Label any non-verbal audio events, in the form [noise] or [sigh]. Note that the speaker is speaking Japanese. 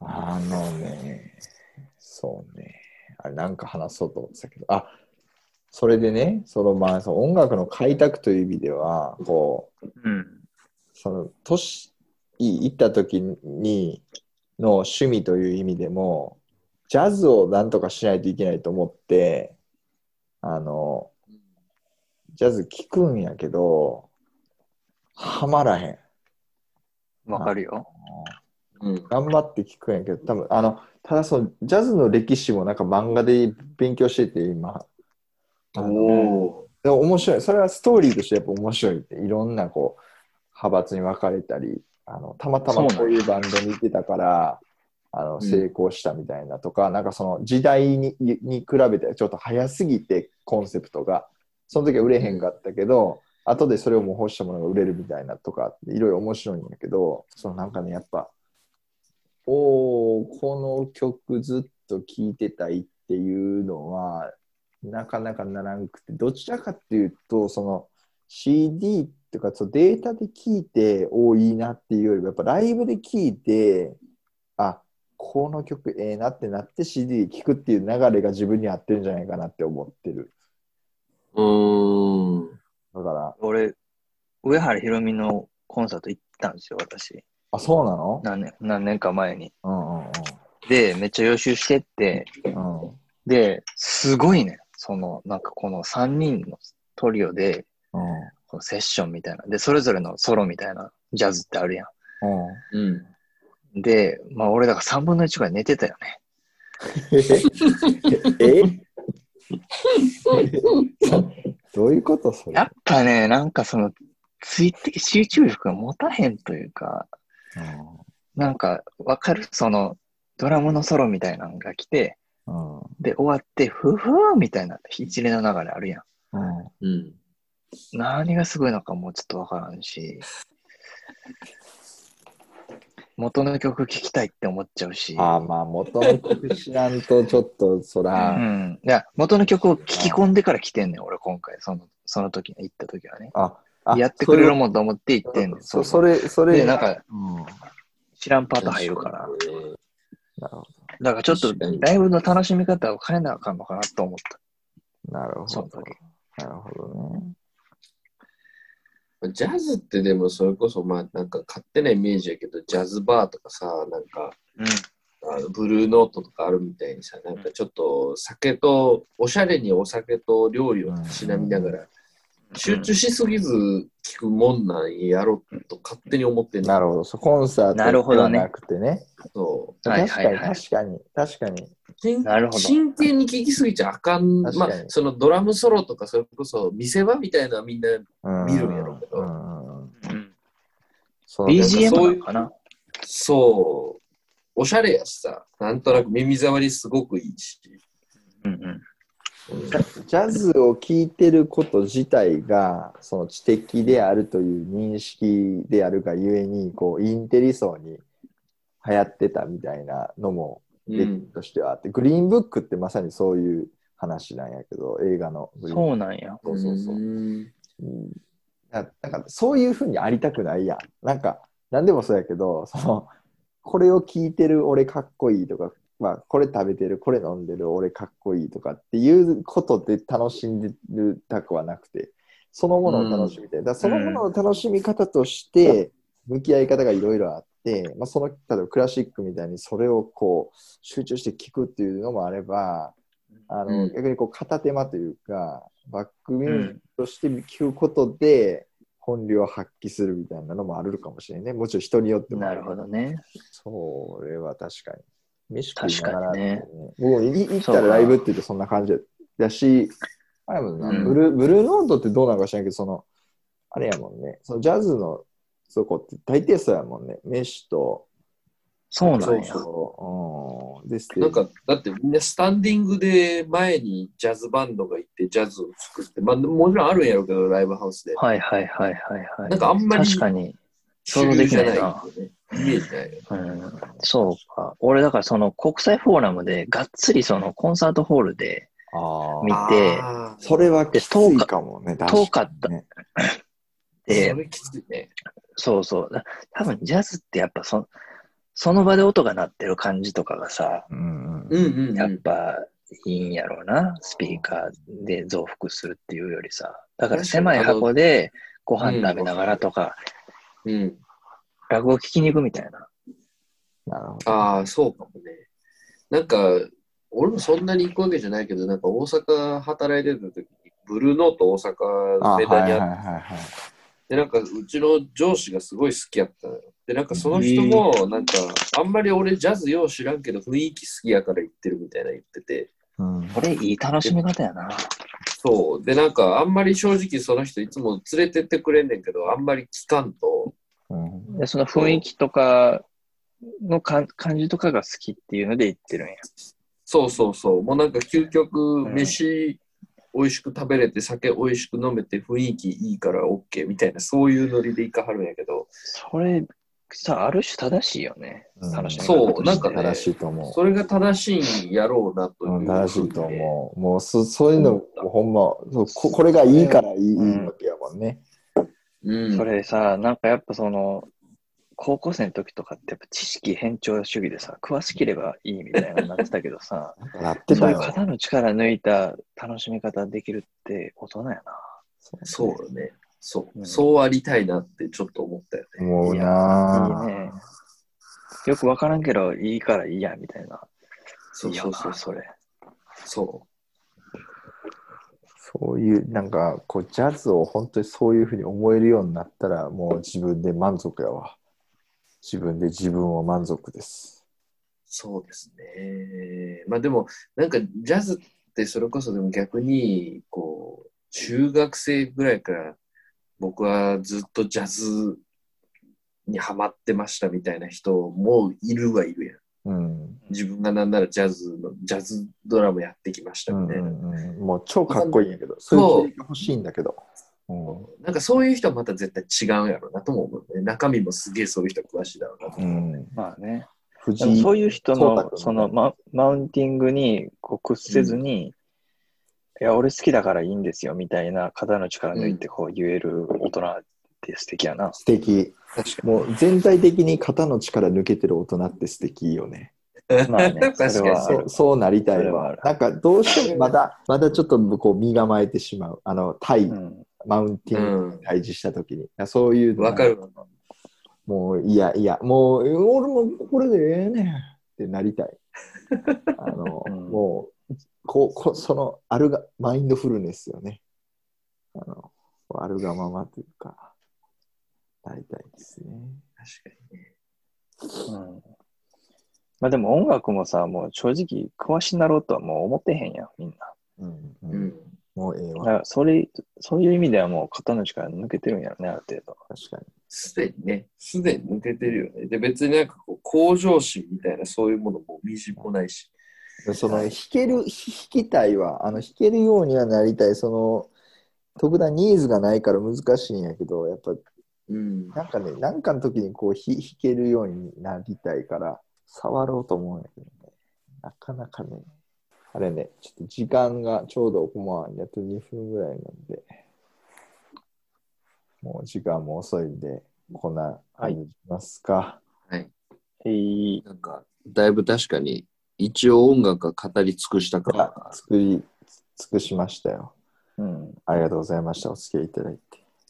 あのね、そうね。あれ、なんか話そうと思ってたけど、あそれでね、そのまあ、その音楽の開拓という意味では、こう、うん。その、都市に行った時にの趣味という意味でも、ジャズをなんとかしないといけないと思って、あの、ジャズ聴くんやけど、はまらへん。わかるよ。うん。頑張って聞くんやけど、多分あの、ただそのジャズの歴史もなんか漫画で勉強してて、今。あのおでも面白い。それはストーリーとしてやっぱ面白いって、いろんなこう、派閥に分かれたり、あの、たまたまこういうバンド見てたから、あの、ん成功したみたいなとか、なんかその時代にに比べてちょっと早すぎてコンセプトが、その時は売れへんかったけど、後でそれを模倣したものが売れるみたいなとか、いろいろ面白いんだけど、そのなんかね、やっぱ、おーこの曲ずっと聴いてたいっていうのはなかなかならんくてどちらかっていうとその CD とかそうデータで聴いておーいいなっていうよりもやっぱライブで聴いてあこの曲ええなってなって CD 聴くっていう流れが自分に合ってるんじゃないかなって思ってるー。うーん。だから俺、上原ひろみのコンサート行ったんですよ、私。あそうなの何年何年か前に。うんうんで、めっちゃ予習してって、うんうんで、すごいね。その、なんかこの3人のトリオで、うんこのセッションみたいな。で、それぞれのソロみたいな、ジャズってあるやうんうん。ん。で、まあ俺だから3分の1ぐらい寝てたよね。え [laughs] どういうことそれやっぱね、なんかその、ついて、集中力が持たへんというか、なんかわかるその、ドラムのソロみたいなのが来て、うんうんで、終わって、ふふーみたいな一連の流れあるやん。うんうん。何がすごいのかもうちょっとわからんし、元の曲聴きたいって思っちゃうし、ああまあ元の曲知らんとちょっとそうら、ん、いや元の曲を聴き込んでから来てんねん、俺今回、そのその時行った時はね。ああやってくれるもんと思って行ってんねん。そそれそれで、なんかうん、知らんパート入るから、なるほだからちょっとライブの楽しみ方を変えなあかんのかなと思った、どなるほそのど時。なるほどねジャズってでもそれこそまあなんか勝手なイメージやけどジャズバーとかさなんかうん、あのブルーノートとかあるみたいにさなんかちょっと酒とおしゃれにお酒と料理をたしなみながら集中しすぎず聞くもんなんやろと勝手に思ってんだなるほどそうコンサーなるトほでどはねなくてねけどは確いかはに、いはい。確かに確かに真なるほど真剣に聞きすぎちゃあかん確かまあにそのドラムソロとかそれこそ見せ場みたいなのはみんなうん見るんやろうけうどんうんその BGM そうないのうかなそうおしゃれやしさなんとなく耳障りすごくいいし。うんうん。ジャズを聴いてること自体がその知的であるという認識であるがゆえにこうインテリ層に流行ってたみたいなのもう歴ん史としてはあって、グリーンブックってまさにそういう話なんやけど映画のグリーンブッそうなんや。クそうそうそううんうんななんかそういうふうにありたくないやんなんか何でもそうやけどそのこれを聞いてる俺かっこいいとか、まあ、これ食べてるこれ飲んでる俺かっこいいとかっていうことで楽しんでるたくはなくてそのものを楽しみたい、だからそのものの楽しみ方として向き合い方がいろいろあって、まあ、その例えばクラシックみたいにそれをこう集中して聞くっていうのもあればあの、うん逆にこう片手間というかバックミュージックとして聞くことで本領を発揮するみたいなのもあるかもしれないね。もちろん人によっても。なるほどね。それは確かに。飯食いながら、確かにね。もうい行ったらライブって言うとそんな感じだし、あれやもんな、うんブルー、ブルーノートってどうなのか知らんけど、その、あれやもんね、そのジャズのそこって大抵そうやもんね。飯と、そうなそんうや。そう、うん、で、ステージなんか、だってみんなスタンディングで前にジャズバンドがいて、ジャズを作って、まあ、もちろんあるんやろうけど、ライブハウスで。はいはいはいはいはい。なんかあんまり確かに。主流じゃないよね。イメージないよね。うん。そうか。俺だからその国際フォーラムでがっつりそのコンサートホールであ見ーてあーそれはきついかもね、確遠かったにね。でそれきついね。そうそう。だ多分ジャズってやっぱそその場で音が鳴ってる感じとかがさ、うんうんうんうんやうっん。ぱいいんやろうな、スピーカーで増幅するっていうよりさ。だから確か狭にい箱でご飯食べながらとか、うん、落語聞きに行くみたいな。なるほど。ああ、そうかもね。なんか、俺もそんなに行くわけじゃないけど、なんか大阪働いてた時に、ブルーノート大阪あのはベいはタいにはあいっはい。で、なんか、うちの上司がすごい好きやったのよ。で、なんか、その人も、なんか、あんまり俺、ジャズよう知らんけど、雰囲気好きやから行ってるみたいな言ってて、うんこれいい楽しみ方やな。そう。で、なんか、あんまり正直、その人、いつも連れてってくれんねんけど、あんまり聞かんと、うんでその雰囲気とかのかん感じとかが好きっていうので行ってるんや。そうそうそう、もうなんか、究極、ん飯、美味しく食べれて、酒美味しく飲めて、雰囲気いいから OK みたいな、そういうノリで行かはるんやけど、それさ、ある種正しいよね。うん楽しみ方としてそう、なんかね正、しいと思う。それが正しいんやろうなというう。ん、正しいと思う。もうそそういうの、ほんまそうこ、これがいいからいい,、うんわけやもんね。う。うん。それさ、なんかやっぱその、高校生の時とかってやっぱ知識偏重主義でさ、食わしければいいみたいなのになってたけどさ、なってそたういうよ。肩の力抜いた楽しみ方できるって大人やな。そうよね。そう、うんそうありたいなってちょっと思ったよね。思ういないね。よくわからんけど、いいからいいや、みたいな。そうそうそう。それ。そそういう、なんか、こう、ジャズを本当にそういうふうに思えるようになったら、もう自分で満足やわ。自分で自分を満足です。う。そうですね。まあでも、なんかジャズってそれこそでも逆に、こう、中学生ぐらいから僕はずっとジャズにハマってましたみたいな人もいるはいるやん。うん。自分がなんならジャズの、ジャズドラムやってきましたうんうみたいな。んうん、もう超かっこいいんやけど、そういう経験が欲しいんだけど。うんなんかそういう人はまた絶対違うんやろうなとも思うね。中身もすげえそういう人詳しいだろうなとう思う。ん、まあね。で藤も井そういう人聡太の君そのママウンティングにこう屈せずに、いや、俺好きだからいいんですよみたいな肩の力抜いてこう言える大人って素敵や [laughs] な。素敵。確かもう全体的に肩の力抜けてる大人って素敵よね。まあね確かにそれはあそるうそうなりたそいれはあわる。なんかどうしてもまだ、まだちょっとこう身構えてしまう。あの、対、うんマウンティングうん。対峙した時に。そういうのがわかるわ。もう、いやいや、もう、俺もこれでええねんってな [laughs] りたい。あの、うんもう、こう、こその、あるが、マインドフルネスよね。あの、あるがままというか、なりたいですね。確かにうね。んまあでも音楽もさ、もう正直詳しなろうとはもう思ってへんやん、みんな。うん、う。うんん。もうええだわか、らそれ、そういう意味ではもう肩の力抜けてるんやろね、ある程度。確かに。すでにね、すでに抜けてるよね。で、別になんかこう、向上心みたいなそういうものもみじんもないし。その弾ける弾きたいはあの弾けるようにはなりたいその特段ニーズがないから難しいんやけどやっぱうん。なんかねなんかの時にこうひ弾けるようになりたいから触ろうと思うんやけどねなかなかねあれねちょっと時間がちょうどまあやっと2分ぐらいなんでもう時間も遅いんでこんな感じにしますか、えいなんか、だいぶ確かに、一応音楽が語り尽くしたいや作り尽くしましたようん。ありがとうございましたお付き合いいただいて